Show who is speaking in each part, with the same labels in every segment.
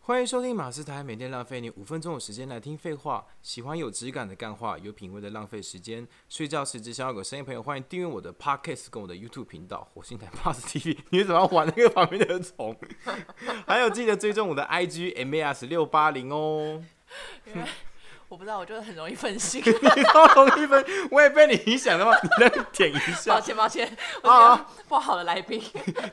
Speaker 1: 欢迎收听马斯台，每天浪费你五分钟的时间来听废话。喜欢有质感的干话，有品味的浪费时间。睡觉时只想要个声音朋友，欢迎订阅我的 Podcast 跟我的 YouTube 频道火星台 Plus TV。你为 什么要玩那个旁边的虫？还有记得追踪我的 IG MAS 六八零哦。
Speaker 2: 我不知道，我就是很容易分心。
Speaker 1: 你超容易分，我也被你影响的话，你再点一
Speaker 2: 抱
Speaker 1: 下。
Speaker 2: 歉，抱歉， 我
Speaker 1: 啊
Speaker 2: 是个不好的来宾。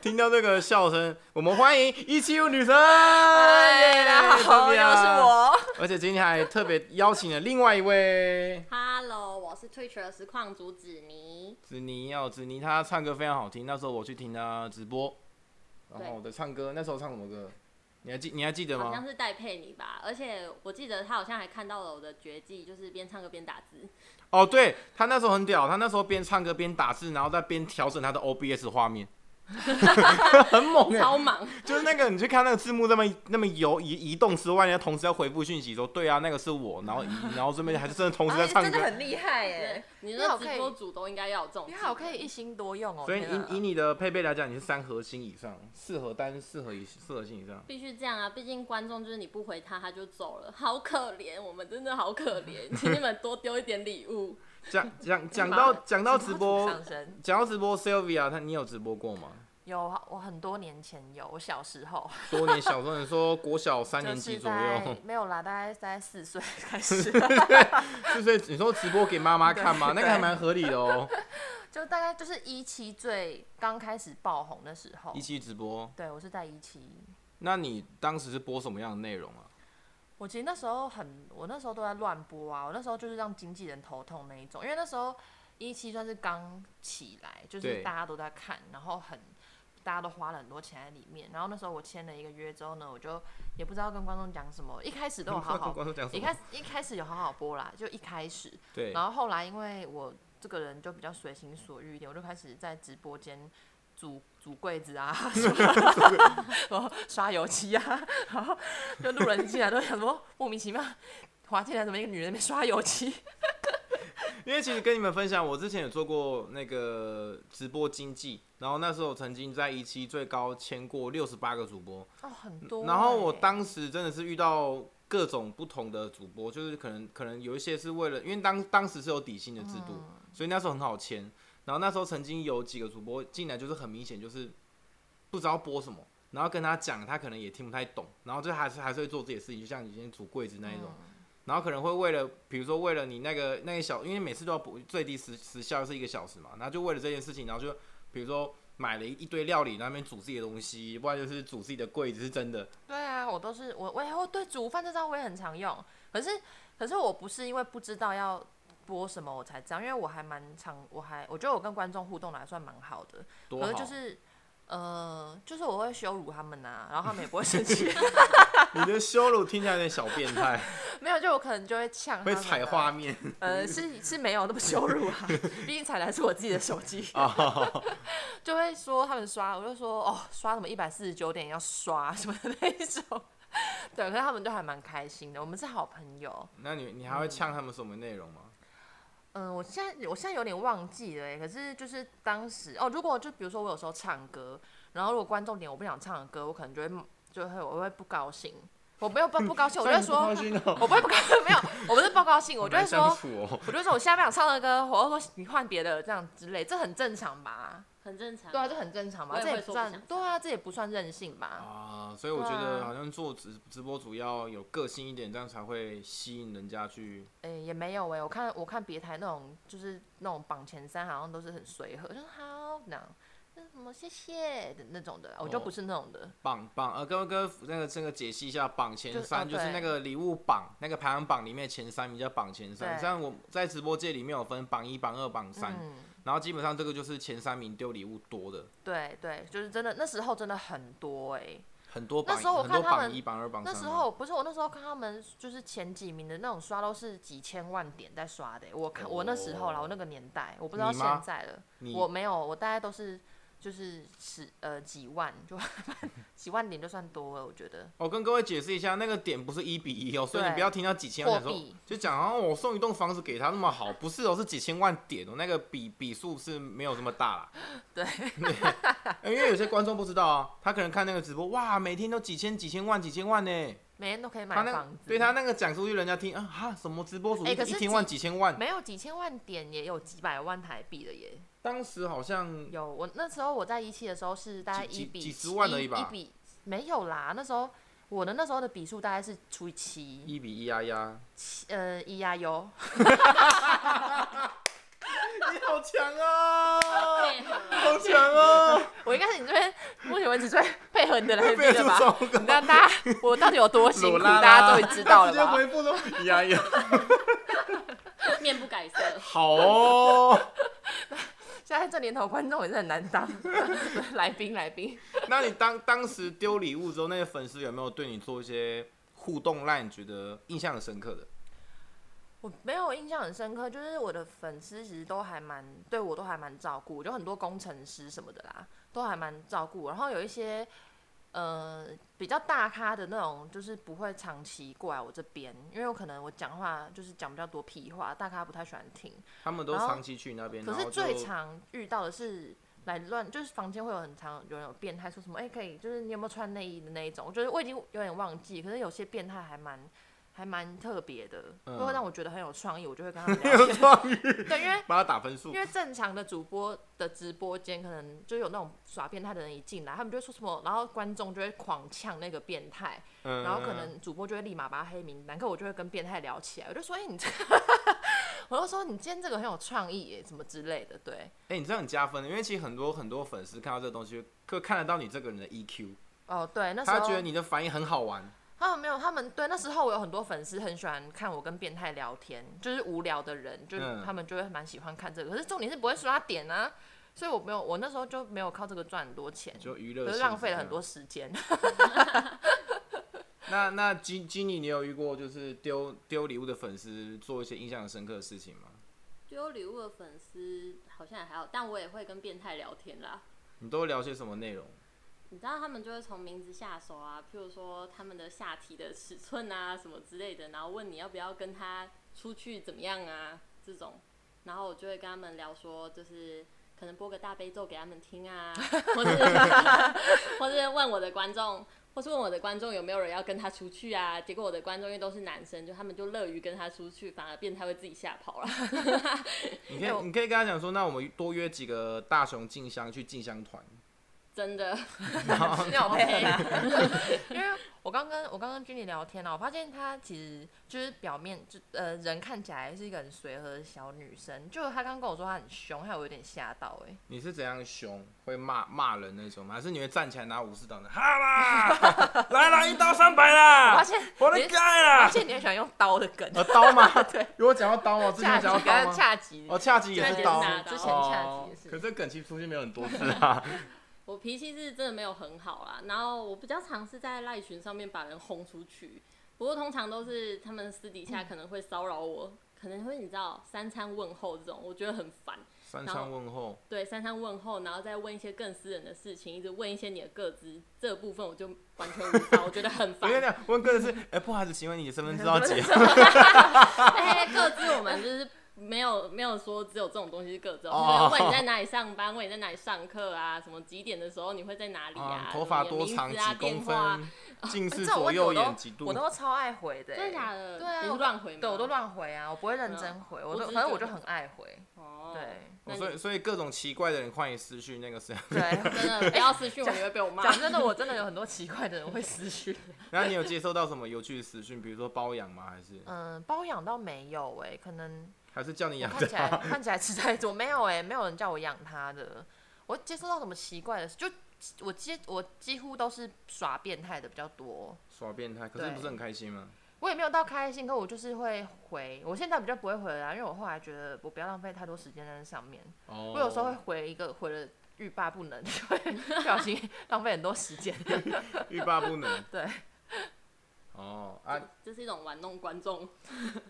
Speaker 1: 听到这个笑声，我们欢迎一七五女神。哎
Speaker 2: 嗨，大家好，
Speaker 1: 耶
Speaker 2: 又是。我。
Speaker 1: 而且今天还特别邀请了另外一位。
Speaker 3: Hello，我是 Twitch 的实况主子妮。
Speaker 1: 子妮哦，子妮她唱歌非常好听，那时候我去听她直播，然后我在唱歌，那时候唱什么歌？你还记你还记得
Speaker 3: 好像
Speaker 1: 吗？
Speaker 3: 是戴佩妮吧，而且我记得她好像还看到了我的绝技，就是边唱歌边打字。
Speaker 1: 哦，对，她那时候很屌，她那时候边唱歌边打字，然后再边调整她的 OBS 画面， 很猛哎、
Speaker 3: 超忙，
Speaker 1: 就是那个你去看那个字幕那么那么游移移动之外，你要同时要回复讯息说对啊，那个是我，然后移，然后顺便还哎是真的同
Speaker 2: 啊
Speaker 1: 时在唱
Speaker 4: 真的
Speaker 1: 歌。
Speaker 4: 很厉害
Speaker 3: 对
Speaker 4: 耶！
Speaker 3: 你
Speaker 2: 你
Speaker 3: 说
Speaker 2: 好可以
Speaker 3: 直播组都应该要有这 种。
Speaker 2: 你好，可以一心多用哦。
Speaker 1: 所以
Speaker 2: 天
Speaker 1: 以
Speaker 2: 啊
Speaker 1: 以你的配备来讲，你是三核心以上，四核单，四核以四核心以上。
Speaker 3: 必须这样啊！毕竟观众就是你不回他，他就走了，好可怜，我们真的好可怜，请你们多丢一点礼 物。
Speaker 1: 讲讲讲到讲到直播，
Speaker 2: 上升
Speaker 1: 讲到直播，Sylvia，她你有直播过吗？
Speaker 2: 有，我很多年前有，我小时候
Speaker 1: 多年小时候，你说国小三
Speaker 2: 就
Speaker 1: 年
Speaker 2: 是
Speaker 1: 级左
Speaker 2: 在
Speaker 1: 右，
Speaker 2: 没有啦，大概是在 四岁开始，
Speaker 1: 就是你说直播给妈妈看吗？
Speaker 2: 对
Speaker 1: 那个还蛮合理的哦。
Speaker 2: 就大概就是一期最刚开始爆红的时候
Speaker 1: 一。期直播，
Speaker 2: 对，我是在一期。
Speaker 1: 那你当时是播什么样的内容啊？
Speaker 2: 我其实那时候很，我那时候都在乱播啊，我那时候就是让经纪人头痛那一种，因为那时候一期算是刚起来，就
Speaker 1: 对
Speaker 2: 是大家都在看，然后很大家都花了很多钱在里面，然后那时候我签了一个约之后呢，我就也不知道跟观众讲什么，一开始都有 哦好好，
Speaker 1: 观众讲什
Speaker 2: 一
Speaker 1: 么
Speaker 2: 开？始哦一开始有好好播啦，就一开始，
Speaker 1: 对，
Speaker 2: 然后后来因为我这个人就比较随心所欲一点，我就开始在直播间组组柜子 啊，然后 刷油漆啊，然后就路人进来都想说莫名其妙。滑进来怎么一个女人在那边刷油 漆？
Speaker 1: 因为其实跟你们分享，我之前有做过那个直播经济，然后那时候曾经在一期最高签过六十八个主播，
Speaker 2: 哦，很多欸、
Speaker 1: 然后我当时真的是遇到各种不同的主播，就是可能可能有一些是为了，因为当当时是有底薪的制度，
Speaker 2: 嗯
Speaker 1: 所以那时候很好签。然后那时候曾经有几个主播进来，就是很明显就是不知道播什么，然后跟他讲，他可能也听不太懂，然后就还是还是会做自己的事情，就像以前煮柜子那一种。
Speaker 2: 嗯
Speaker 1: 然后可能会为了，比如说为了你那个那个小，因为每次都要补最低时时效是一个小时嘛，然后就为了这件事情，然后就比如说买了一堆料理，然后那边煮自己的东西，不然就是煮自己的柜子，是真的。
Speaker 2: 对啊，我都是我我也会对煮饭这招我也很常用，可是可是我不是因为不知道要播什么我才这样，因为我还蛮常我还我觉得我跟观众互动的还算蛮好的，
Speaker 1: 多
Speaker 2: 可
Speaker 1: 好！
Speaker 2: 是就是，呃，就是我会羞辱他们呐、然后他们也不会生气，
Speaker 1: 你的羞辱听起来有点小变态，
Speaker 2: 没有，就我可能就会呛他
Speaker 1: 会
Speaker 2: 们、啊
Speaker 1: 踩画，面
Speaker 2: 呃，是是没有那么羞辱 啊，毕竟踩的还是我自己的手机，
Speaker 1: 啊！
Speaker 2: 就会说他们刷，我就说哦，刷什么一百四十九点要刷什么的那一种， 对，可是他们都还蛮开心的，我们是好朋友。
Speaker 1: 那你你还会呛他们什么内容吗？
Speaker 2: 嗯，我现在我现在有点忘记了欸，可是就是当时哦，如果就比如说我有时候唱歌，然后如果观众点我不想唱的歌，我可能就会就会我会不高兴，我没有不不高兴，我就 会说，
Speaker 1: 所以你不高兴哦，
Speaker 2: 我不会不高兴，没有，我不是不高兴， 我就会
Speaker 1: 好难
Speaker 2: 说
Speaker 1: 相，处 哦，
Speaker 2: 我就会说我现在不想唱的歌，我就说你换别的这样之类，这很正常吧？
Speaker 3: 很正常。
Speaker 2: 对啊，这很正常吧
Speaker 3: 嗯我？也
Speaker 2: 这
Speaker 3: 会
Speaker 2: 也
Speaker 3: 说不
Speaker 2: 算
Speaker 3: 想唱
Speaker 2: 对啊，这也不算任性吧？
Speaker 1: 啊，所以我觉
Speaker 2: 对
Speaker 1: 得
Speaker 2: 啊
Speaker 1: 好像做直直播主要有个性一点，这样才会吸引人家去。
Speaker 2: 诶、也没有诶、欸我看我看别台那种就是那种榜前三好像都是很随和，就是好那样，那什么谢谢的那种的，我就
Speaker 1: 哦
Speaker 2: 不是那种的。
Speaker 1: 榜榜呃，跟跟那个这个解析一下，榜前
Speaker 2: 就是
Speaker 1: 三
Speaker 2: 哦
Speaker 1: 就是
Speaker 2: 对
Speaker 1: 那个礼物榜，那个排行榜里面前三名叫榜前三。
Speaker 2: 对
Speaker 1: 像我在直播界里面有分榜一、榜二、榜三，
Speaker 2: 嗯，
Speaker 1: 然后基本上这个就是前三名丢礼物多的，
Speaker 2: 对对，就是真的那时候真的很多诶、
Speaker 1: 很多
Speaker 2: 那
Speaker 1: 榜一
Speaker 2: 时候我
Speaker 1: 很多
Speaker 2: 看他
Speaker 1: 榜
Speaker 2: 们
Speaker 1: 一、榜二、榜
Speaker 2: 那
Speaker 1: 三。
Speaker 2: 时候不是我那时候看他们就是前几名的那种刷都是几千万点在刷的欸、我看、我那时候啦，
Speaker 1: 哦
Speaker 2: 我那个年代，我不知道
Speaker 1: 你吗
Speaker 2: 现在了，
Speaker 1: 你
Speaker 2: 我没有，我大概都是就是十呃几万，就 几万点就算多了，我觉得。
Speaker 1: 哦我、跟各位解释一下，那个点不是一比一哦，所以你
Speaker 2: 对
Speaker 1: 不要听到几千万
Speaker 2: 货
Speaker 1: 的时候
Speaker 2: 币
Speaker 1: 就讲哦，我送一栋房子给他那么好，不是哦，是几千万点哦，那个比比数是没有这么大啦。
Speaker 2: 对
Speaker 1: 对，因为有些观众不知道啊，他可能看那个直播，哇，每天都几千几千万几千万呢，
Speaker 2: 每天都可以买
Speaker 1: 他那个
Speaker 2: 房子。
Speaker 1: 对他那个讲出去，人家听啊哈，什么直播主、
Speaker 2: 哎
Speaker 1: 一
Speaker 2: 可是
Speaker 1: 一听万
Speaker 2: 几
Speaker 1: 几千万，
Speaker 2: 没有几千万点，也有几百万台币了耶。
Speaker 1: 当时好像
Speaker 2: 有我那时候我在一期的时候是大概
Speaker 1: 几
Speaker 2: 一比
Speaker 1: 几
Speaker 2: 七
Speaker 1: 十万而已吧
Speaker 2: 一比没有啦，那时候我的那时候的比数大概是除以七，
Speaker 1: 一比一呀呀，
Speaker 2: 七呃一呀哟，
Speaker 1: 你好强啊，
Speaker 3: 配合啊
Speaker 1: 好强啊，
Speaker 2: 我应该是你这边目前为止最配 合你的来
Speaker 1: 被
Speaker 2: 宾
Speaker 1: 出
Speaker 2: 了吧？
Speaker 1: 超高。
Speaker 2: 那大家我到底有多辛
Speaker 1: 鲁
Speaker 2: 苦，
Speaker 1: 拉拉
Speaker 2: 大家终于知道 了
Speaker 1: 直接
Speaker 2: 吧？
Speaker 1: 回复说呀呀，
Speaker 3: 面 不改色。
Speaker 1: 好哦。
Speaker 2: 现在这年头观众也是很难当， 来宾来宾，
Speaker 1: 那你当当时丢礼物之后，那些粉丝有没有对你做一些互动，让你觉得印象很深刻的？
Speaker 2: 我没有印象很深刻，就是我的粉丝其实都还蛮对我都还蛮照顾，就很多工程师什么的啦，都还蛮照顾。然后有一些呃比较大咖的那种，就是不会长期过来我这边，因为我可能我讲话就是讲比较多屁话，大咖不太喜欢听。
Speaker 1: 他们都
Speaker 2: 然后
Speaker 1: 长期去你那边，
Speaker 2: 可
Speaker 1: 哎然后
Speaker 2: 是
Speaker 1: 就
Speaker 2: 最常遇到的是来乱，就是房间会有很常有人有变态说什么，哎、可以，就是你有没有穿内衣的那一种，就是我已经有点忘记，可是有些变态还蛮。还蛮特别的，
Speaker 1: 嗯
Speaker 2: 都会让我觉得很有创意，我就会跟他们聊天。对，因为
Speaker 1: 帮他打分数
Speaker 2: 因。为正常的主播的直播间，可能就有那种耍变态的人一进来，他们就会说什么，然后观众就会狂呛那个变态，
Speaker 1: 嗯
Speaker 2: 然后可能主播就会立马把他黑名单，可我就会跟变态聊起来，我就说，哎、你这，我就说你今天这个很有创意耶，什么之类的，对，
Speaker 1: 哎、你这样很加分的，因为其实很多很多粉丝看到这个东西，会看得到你这个人的 EQ，
Speaker 2: 哦，对，那时候
Speaker 1: 他觉得你的反应很好玩。
Speaker 2: 他们没有，他们对那时候我有很多粉丝很喜欢看我跟变态聊天，就是无聊的人，就是
Speaker 1: 嗯
Speaker 2: 他们就会蛮喜欢看这个，可是重点是不会刷点啊，所以我没有，我那时候就没有靠这个赚很多钱，
Speaker 1: 就娱乐性
Speaker 2: 可
Speaker 1: 质
Speaker 2: 是浪费了很多时间。
Speaker 1: 那那金金妮，你有遇过就是丢丢礼物的粉丝做一些印象深刻的事情吗？
Speaker 3: 丢礼物的粉丝好像也还好，但我也会跟变态聊天啦。
Speaker 1: 你都聊些什么内容？
Speaker 3: 你知道他们就会从名字下手啊，譬如说他们的下体的尺寸啊什么之类的，然后问你要不要跟他出去怎么样啊这种，然后我就会跟他们聊说，就是可能播个大悲咒给他们听啊，或是或是问我的观众，或是问我的观众有没有人要跟他出去啊，结果我的观众因为都是男生，就他们就乐于跟他出去，反而变态会自己吓跑了。
Speaker 1: 你可以
Speaker 2: 哎我
Speaker 1: 你可以跟他讲说，那我们多约几个大熊进香去进香团。
Speaker 3: 真的，哎
Speaker 2: 你好配合啊！因为我刚跟我刚跟君丽聊天啊，我发现她其实就是表面就呃人看起来是一个很随和的小女生，就她刚跟我说她很凶，害我有点吓到哎、
Speaker 1: 你是怎样凶？会骂骂人那种吗？还是你会站起来拿武士刀的？哈啦， 来啦，一刀三百
Speaker 2: 我发
Speaker 1: 啦！
Speaker 2: 现
Speaker 1: 我
Speaker 2: 你
Speaker 1: 的
Speaker 2: 是
Speaker 1: 盖
Speaker 2: 发
Speaker 1: 啦！
Speaker 2: 现你很喜欢用刀的 梗，
Speaker 1: 呃，刀吗？
Speaker 2: 对，
Speaker 1: 如果讲到刀吗？之前
Speaker 2: 恰吉
Speaker 1: 讲到
Speaker 2: 刚
Speaker 1: 刀
Speaker 2: 刚
Speaker 1: 吗？
Speaker 2: 恰吉，
Speaker 1: 哦，恰吉也
Speaker 2: 对
Speaker 1: 是
Speaker 2: 之
Speaker 1: 刀。
Speaker 2: 前之前恰吉
Speaker 1: 哦
Speaker 2: 也，是
Speaker 1: 可这梗其实出现没有很多次啊。
Speaker 3: 我脾气是真的没有很好啦，然后我比较常是在赖群上面把人轰出去，不过通常都是他们私底
Speaker 1: 嗯
Speaker 3: 下可能会骚扰我，可能会你知道三餐问候这种，我觉得很烦。
Speaker 1: 三餐问候，
Speaker 3: 对，三餐问候，然后再问一些更私人的事情，一直问一些你的个资这部分，我就完全无法，我觉得很
Speaker 1: 我
Speaker 3: 烦
Speaker 1: 跟。你讲，问哥的是，哎，不好意思，请问你的身份证要几？
Speaker 3: 哎，各自我们就是没有没有说只有这种东西是各自，
Speaker 1: 哦
Speaker 3: 我们会问你在哪里上班，问你在哪里上课啊，什么几点的时候你会在哪里
Speaker 1: 啊
Speaker 3: 啊，，
Speaker 1: 头发
Speaker 3: 什么
Speaker 1: 多
Speaker 3: 你的
Speaker 1: 长？
Speaker 3: 名字啊
Speaker 1: 几公？
Speaker 3: 电话啊
Speaker 1: 分？近视
Speaker 2: 这种
Speaker 1: 左
Speaker 2: 问题
Speaker 1: 右
Speaker 2: 我
Speaker 1: 眼嗯
Speaker 2: 都
Speaker 1: 几度
Speaker 2: 我？都超爱回的、欸，
Speaker 3: 真的假的？
Speaker 2: 对啊
Speaker 3: 你
Speaker 2: 我
Speaker 3: 是
Speaker 2: 都
Speaker 3: 乱回吗？
Speaker 2: 对，我都乱回啊，我不会认真回，我都
Speaker 3: 我只是
Speaker 2: 反正我
Speaker 3: 觉
Speaker 2: 就
Speaker 3: 得
Speaker 2: 很爱回，
Speaker 3: 哦，
Speaker 2: 对
Speaker 3: 那你
Speaker 1: 所以所以各种奇怪的人欢迎私讯那个谁。啊
Speaker 2: 对。
Speaker 3: 真的不要私讯我，你会被我骂。
Speaker 2: 讲真的，我真的有很多奇怪的人会私讯。
Speaker 1: 然后你有接收到什么有趣的私讯？比如说包养吗？还是
Speaker 2: 嗯，包养倒没有哎、可能
Speaker 1: 还是叫你
Speaker 2: 我
Speaker 1: 养
Speaker 2: 看
Speaker 1: 着啊
Speaker 2: 起来看起来吃太多，没有哎、没有人叫我养它的。我接收到什么奇怪的事，就我接我几乎都是耍变态的比较多。
Speaker 1: 耍变态，可是
Speaker 2: 对
Speaker 1: 不是很开心吗？
Speaker 2: 我也没有到开心，可我就是会回。我现在比较不会回啊啦，因为我后来觉得我不要浪费太多时间在那上面。
Speaker 1: 哦
Speaker 2: 我有时候会回一个回了欲罢不能， 就会不小心浪费很多时间。
Speaker 1: 欲罢不能。
Speaker 2: 对。
Speaker 1: 哦啊，
Speaker 3: 这是一种玩弄观众，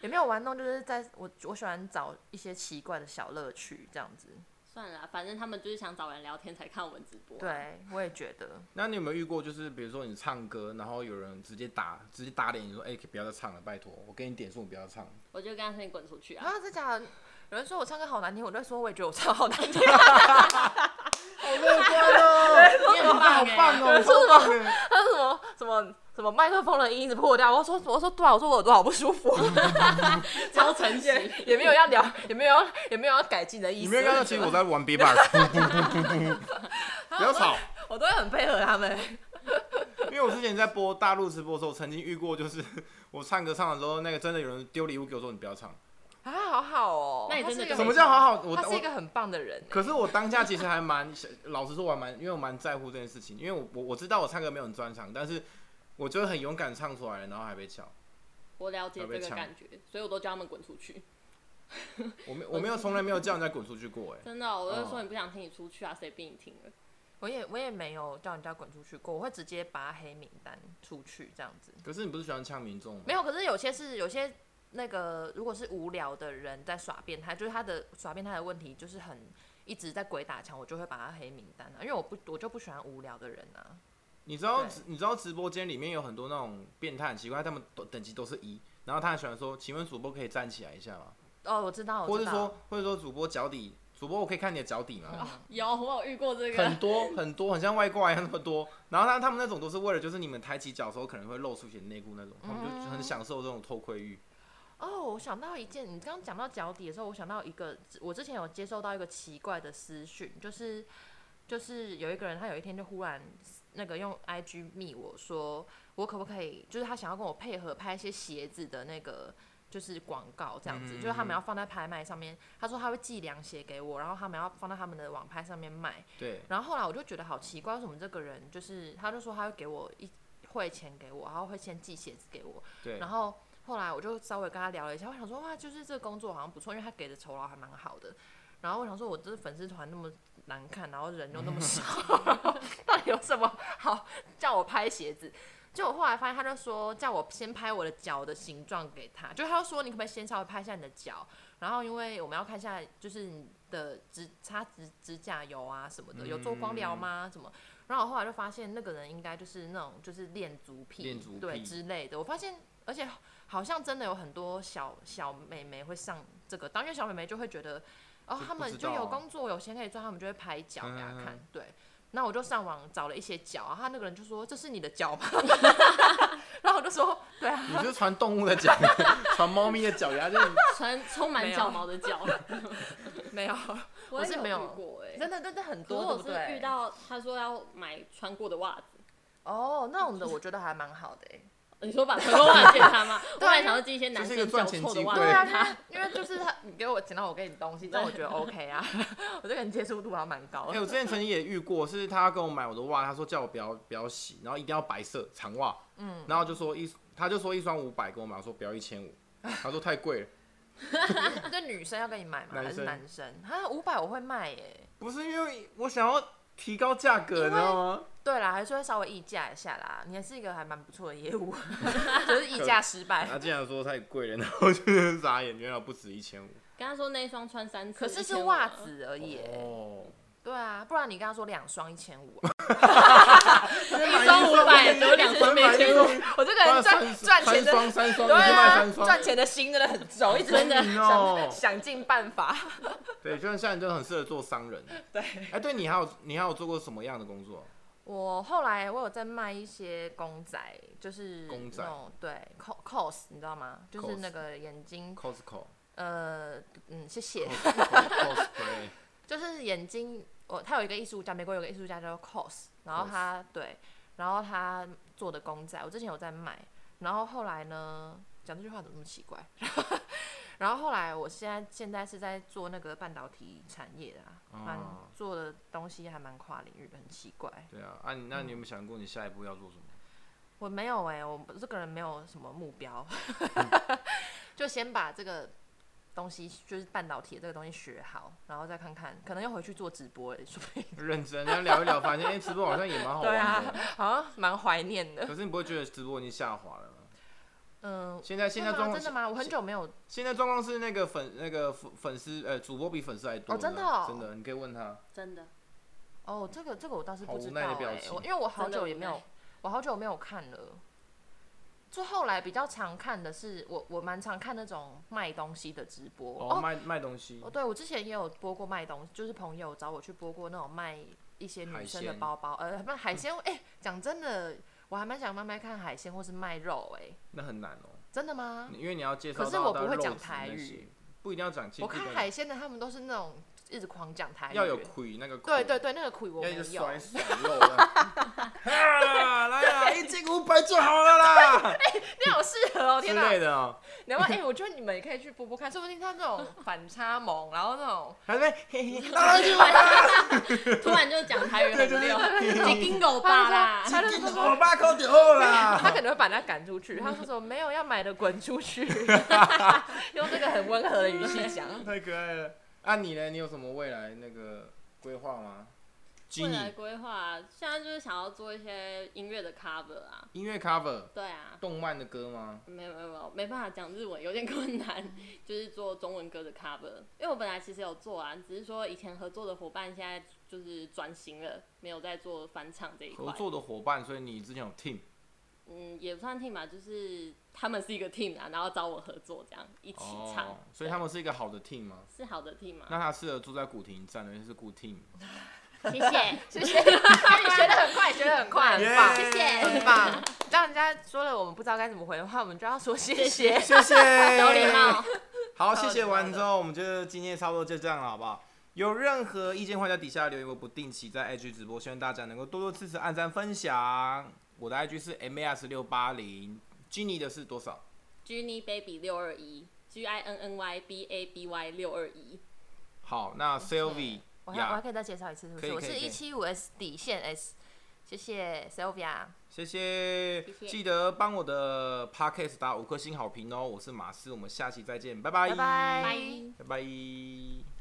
Speaker 2: 也没有玩弄，就是在我我喜欢找一些奇怪的小乐趣这样子。
Speaker 3: 算了啦，啊反正他们就是想找人聊天才看我们直播、啊。
Speaker 2: 对，我也觉 得，
Speaker 1: 那你有没有遇过，就是比如说你唱歌，然后有人直接打直接打脸你说，哎、不要再唱了，拜托，我给你点数，你不要再唱 了。
Speaker 3: 我就跟他说你滚出去啊！
Speaker 2: 啊，真假的？有人说我唱歌好难听，我就说我也觉得我唱 好难听。
Speaker 1: 好乐观哦，
Speaker 3: 你很棒
Speaker 1: 好
Speaker 3: 哎
Speaker 1: 棒哦，
Speaker 2: 说
Speaker 1: 好棒 哎！
Speaker 2: 他说什么什么什么麦克风的音一直破掉，我说我说对啊，我说我耳朵好不 舒服，
Speaker 3: 超诚实，
Speaker 2: 也没有要聊，也没有要也没有要改进的意
Speaker 1: 你
Speaker 2: 思。
Speaker 1: 没有看到，其实我在玩 B 版， 不要吵。
Speaker 2: 我都会很配合他们。
Speaker 1: 因为我之前在播大陆直播的时候，曾经遇过，就是我唱歌唱的时候，那个真的有人丢礼物给我说你不要唱，
Speaker 2: 啊，好好哦。
Speaker 3: 那你
Speaker 2: 他
Speaker 3: 真的
Speaker 2: 是一个
Speaker 3: 就
Speaker 1: 什
Speaker 2: 很
Speaker 1: 么叫好好？我
Speaker 2: 他是一
Speaker 1: 我
Speaker 2: 个很棒的人欸。
Speaker 1: 可是我当下其实还蛮，老实说，我还蛮，因为我蛮在乎这件事情，因为我我我知道我唱歌没有很专长，但是我就很勇敢唱出来了，然后还被笑。
Speaker 3: 我了解
Speaker 1: 要被
Speaker 3: 这个
Speaker 1: 呛
Speaker 3: 感觉，所以我都叫他们滚出去。
Speaker 1: 我没我没有 从来没有叫人家滚出去过，哎，
Speaker 3: 真的哦、我就说
Speaker 1: 哦
Speaker 3: 你不想听，你出去啊，谁逼你听了？
Speaker 2: 我也我也没有叫人家滚出去过，我会直接把他黑名单出去这样子。
Speaker 1: 可是你不是喜欢呛民众吗？
Speaker 2: 没有，可是有些是有些那个，如果是无聊的人在耍变态，就是他的耍变态的问题就是很一直在鬼打墙，我就会把他黑名单啊，因为我不我就不喜欢无聊的人啊。
Speaker 1: 你知道
Speaker 2: 对
Speaker 1: 你知道直播间里面有很多那种变态，很奇怪，他们都等级都是一，然后他很喜欢说，请问主播可以站起来一下吗？
Speaker 2: 哦，我知道，
Speaker 1: 或
Speaker 2: 我知
Speaker 1: 者
Speaker 2: 道。
Speaker 1: 说或者说主播脚底，主播我可以看你的脚底吗？
Speaker 2: 嗯
Speaker 3: 有，我有遇过这
Speaker 1: 很
Speaker 3: 个，
Speaker 1: 多很多，很像外挂一样那么多。然后他他们那种都是为了，就是你们抬起脚的时候可能会露出一些内裤那种，他们就很享受这种偷窥欲。
Speaker 2: 哦，我想到一件，你刚刚讲到脚底的时候，我想到一个，我之前有接收到一个奇怪的私讯，就是就是有一个人，他有一天就忽然那个用 IG 密我说，我可不可以，就是他想要跟我配合拍一些鞋子的那个。就是广告这样子，
Speaker 1: 嗯
Speaker 2: 就是他们要放在拍卖上面。他说他会寄凉鞋给我，然后他们要放在他们的网拍上面卖。
Speaker 1: 对，
Speaker 2: 然后后来我就觉得好奇怪，为什么这个人就是他就说他会给我一汇钱给我，然后会先寄鞋子给我，
Speaker 1: 对
Speaker 2: 然后后来我就稍微跟他聊了一下，我想说哇，就是这个工作好像不错，因为他给的酬劳还蛮好的。然后我想说，我这粉丝团那么难看，然后人又那么少， 到底有什么好叫我拍鞋子？就我后来发现，他就说叫我先拍我的脚的形状给他，就他就说你可不可以先稍微拍一下你的脚，然后因为我们要看一下就是你的指擦指指甲油啊什么的，有做光疗吗？什么？然后我后来就发现那个人应该就是那种就是练足癖，
Speaker 1: 恋足癖
Speaker 2: 对之类的。我发现，而且好像真的有很多小小妹妹会上这个当，因为小妹妹就会觉得哦
Speaker 1: 就，
Speaker 2: 他们
Speaker 1: 不知
Speaker 2: 就
Speaker 1: 道啊
Speaker 2: 有工作有钱可以赚，他们就会拍脚给他看，
Speaker 1: 嗯
Speaker 2: 对。那我就上网找了一些脚啊，他那个人就说：“这是你 的脚吗？”然后我就说：“对啊。
Speaker 1: 你就是传动物的脚，啊传猫咪的脚丫，就是
Speaker 3: 穿充满
Speaker 2: 没有
Speaker 3: 脚毛的 脚，”
Speaker 2: 没有，我是
Speaker 3: 也
Speaker 2: 没有
Speaker 3: 遇过哎、
Speaker 2: 真的真的很
Speaker 3: 可
Speaker 2: 多，
Speaker 3: 是
Speaker 2: 对
Speaker 3: 我
Speaker 2: 不
Speaker 3: 是
Speaker 2: 对？
Speaker 3: 遇到他说要买穿过的袜子，
Speaker 2: 哦，那种的我觉得还蛮好的欸。
Speaker 3: 你说把穿过袜子借他 吗？我
Speaker 2: 对啊
Speaker 3: 本来想要借一些男
Speaker 1: 这是一
Speaker 3: 生
Speaker 1: 个
Speaker 3: 脚
Speaker 1: 赚钱
Speaker 3: 臭的
Speaker 1: 机
Speaker 3: 袜
Speaker 1: 会
Speaker 3: 子
Speaker 2: 对啊，
Speaker 3: 给
Speaker 2: 因
Speaker 3: 他
Speaker 2: 为。因为就是他，你给我钱，那我给你东西，这样我觉得 OK 啊。 我这个人接触度还蛮高
Speaker 1: 哎、
Speaker 2: 的。
Speaker 1: 我之前曾经也遇过，是他跟我买我的袜，他说叫我不要不要洗，然后一定要白色长袜，嗯，然后就说一，他就说一双五百跟我买，我说不要一千五，他说太贵了，
Speaker 2: 这女生要 跟你买吗？
Speaker 1: 男
Speaker 2: 还是
Speaker 1: 生
Speaker 2: 男生？他五百我会卖耶。
Speaker 1: 不是因为我想要提高价格，你知道吗？
Speaker 2: 对啦，还是会稍微议价一下啦。你也是一个还蛮不错的业 务，就是议价失败。
Speaker 1: 他竟然说太贵了，然后就是傻眼，原来不止一千五，
Speaker 3: 跟他说那一双穿三次，
Speaker 2: 可是是
Speaker 3: 1500
Speaker 2: 袜，子而已耶，
Speaker 1: 哦。
Speaker 2: 对啊，不然你跟他说两双一千五，
Speaker 3: 一双五百，有两双没钱，
Speaker 2: 我这个人 赚赚钱
Speaker 1: 三
Speaker 2: 的，
Speaker 1: 双三双，
Speaker 2: 对
Speaker 1: 你去卖
Speaker 2: 啊
Speaker 1: 三，
Speaker 2: 赚
Speaker 1: 双，
Speaker 2: 钱的心真的很重，一直真的
Speaker 1: 聪明哦
Speaker 2: 想想尽办法。
Speaker 1: 对，就像你就很适合做商人。
Speaker 2: 对，
Speaker 1: 哎，对你还有你还有做过什么样的工作？
Speaker 2: 我后来我有在卖一些公仔，就是
Speaker 1: 公仔
Speaker 2: 那种对 cos cos，你知道吗？就是
Speaker 1: cos
Speaker 2: 那个眼睛
Speaker 1: Costco，
Speaker 2: 呃嗯，谢谢，
Speaker 1: cosplay，
Speaker 2: 就是眼睛我他有一个艺术家，美国有个艺术家叫 cos，然后
Speaker 1: Cos
Speaker 2: 他对，然后他做的公仔，我之前有在卖，然后后来呢，讲这句话怎么那么奇怪？ 然后后来，我现在现在是在做那个半导体产业的、啊，蛮、
Speaker 1: 哦
Speaker 2: 做的东西还蛮跨领域的，很奇怪。
Speaker 1: 对啊，啊，你那你有没有想过你下一步要做什么？
Speaker 2: 我没有哎、我这个人没有什么目标， 就先把这个东西，就是半导体的这个东西学好，然后再看看，可能又回去做直播哎、说不定
Speaker 1: 认真，人家聊一聊，发现哎，直播
Speaker 2: 啊
Speaker 1: 好像也蛮好玩的。
Speaker 2: 好像蛮怀念的。
Speaker 1: 可是你不会觉得直播已经下滑了吗？
Speaker 2: 嗯，
Speaker 1: 现在现在
Speaker 2: 真的
Speaker 1: 状
Speaker 2: 吗
Speaker 1: 况
Speaker 2: 真的吗？我很久没有
Speaker 1: 现在状况是那个粉那个粉粉丝呃主播比粉丝还多
Speaker 2: 哦
Speaker 1: 呢，
Speaker 2: 真的哦
Speaker 1: 真的，你可以问他。
Speaker 3: 真的，
Speaker 2: 哦，这个这个我倒是
Speaker 1: 好
Speaker 2: 不
Speaker 1: 无
Speaker 2: 知道
Speaker 1: 奈的表
Speaker 2: 哎、
Speaker 1: 情
Speaker 2: 我因为我好
Speaker 3: 真的
Speaker 2: 久
Speaker 3: 无
Speaker 2: 也没有
Speaker 3: 奈，
Speaker 2: 我好久没有看了。就后来比较常看的是我我蛮常看那种卖东西的直播
Speaker 1: 哦，卖卖东西
Speaker 2: 哦，，对我之前也有播过卖东西，就是朋友找我去播过那种卖一些女
Speaker 1: 海
Speaker 2: 生的
Speaker 1: 鲜
Speaker 2: 包包，呃，不海鲜，哎、讲真的，我还蛮想慢慢看海鲜或是卖肉、哎，
Speaker 1: 那很难哦，
Speaker 2: 真的吗？
Speaker 1: 因为你要介绍
Speaker 2: 可
Speaker 1: 到
Speaker 2: 是我
Speaker 1: 到
Speaker 2: 不会
Speaker 1: 肉
Speaker 2: 讲
Speaker 1: 质
Speaker 2: 台
Speaker 1: 那
Speaker 2: 语
Speaker 1: 些，不一定要讲。其实
Speaker 2: 我
Speaker 1: 不一定
Speaker 2: 看
Speaker 1: 要
Speaker 2: 海鲜的他们都是那种一直狂讲台语，
Speaker 1: 要有魁那个魁，
Speaker 2: 对对对，那个苦我
Speaker 1: 要
Speaker 2: 没
Speaker 1: 一
Speaker 2: 有
Speaker 1: 直，甩 甩肉这样。 啊，来啦，一斤五百就好了啦，
Speaker 2: 你好适合哦，
Speaker 1: 之
Speaker 2: 天哪
Speaker 1: 类！的哦。
Speaker 2: 然后哎、我觉得你们也可以去播播看，说不定他 那种反差萌，然后那种
Speaker 1: 还没嘿嘿，啊，就来
Speaker 3: 突然就讲台语很溜， 你金狗爸
Speaker 2: 他
Speaker 3: 啦
Speaker 2: 就，说他就说
Speaker 1: 我爸扣掉啦。
Speaker 2: 他可能会把他赶出去，他就说没有要买的滚 出去，用这个很温和的语气讲。
Speaker 1: 太可爱了。啊，你呢？你有什么未来那个规划吗？基
Speaker 3: 未来
Speaker 1: 尼
Speaker 3: 规划现在就是想要做一些音乐的 cover 啊，
Speaker 1: 音乐 cover
Speaker 3: 对啊，
Speaker 1: 动漫的歌吗？
Speaker 3: 没有没有没有，没办法讲日文，有点困难， 就是做中文歌的 cover。因为我本来其实有做啊，只是说以前合作的伙伴现在就是转型了，没有在做翻唱这一块
Speaker 1: 合。作的伙伴，所以你之前有 team
Speaker 3: 嗯，也不算 team 吧，就是他们是一个 team 啊，然后找我合作这样一起唱，
Speaker 1: 哦，所以他们是一个好的 team 吗？
Speaker 3: 是好的 team 啊。
Speaker 1: 那他适合住在古亭站，尤其是古 team。
Speaker 3: 谢谢，
Speaker 2: 谢谢， 你学的很快，学的很快，很棒，
Speaker 1: 耶
Speaker 2: 很棒。让人家说了我们不知道该怎么回的话，我们就要说谢谢。
Speaker 1: 谢谢，
Speaker 3: 有礼貌。
Speaker 1: 好，谢谢完之后，我们就今天差不多就这样了，好不好？有任何意见，欢迎在底下留言，我不定期在 IG 直播，希望大家能够多多支持、按赞、分享。我的 IG 是 MAS 六八零，Ginny 的是多少？
Speaker 3: Ginny Baby 六二一，G I N N Y B A B Y 六二一，
Speaker 1: 好，那 Sylvie
Speaker 2: 我还我还
Speaker 1: 呀，
Speaker 2: 可以再介绍一次，是不
Speaker 1: 可以
Speaker 2: 是？我
Speaker 1: 可以
Speaker 2: 是
Speaker 1: 可以
Speaker 2: 一七五 S 底线 S，谢谢 Sylvia。
Speaker 1: 谢谢
Speaker 3: 谢，谢
Speaker 1: 记得帮我的 Podcast 打五颗星好评哦。我是马斯，我们下期再见，拜拜，
Speaker 2: 拜拜
Speaker 3: 拜。
Speaker 1: 拜拜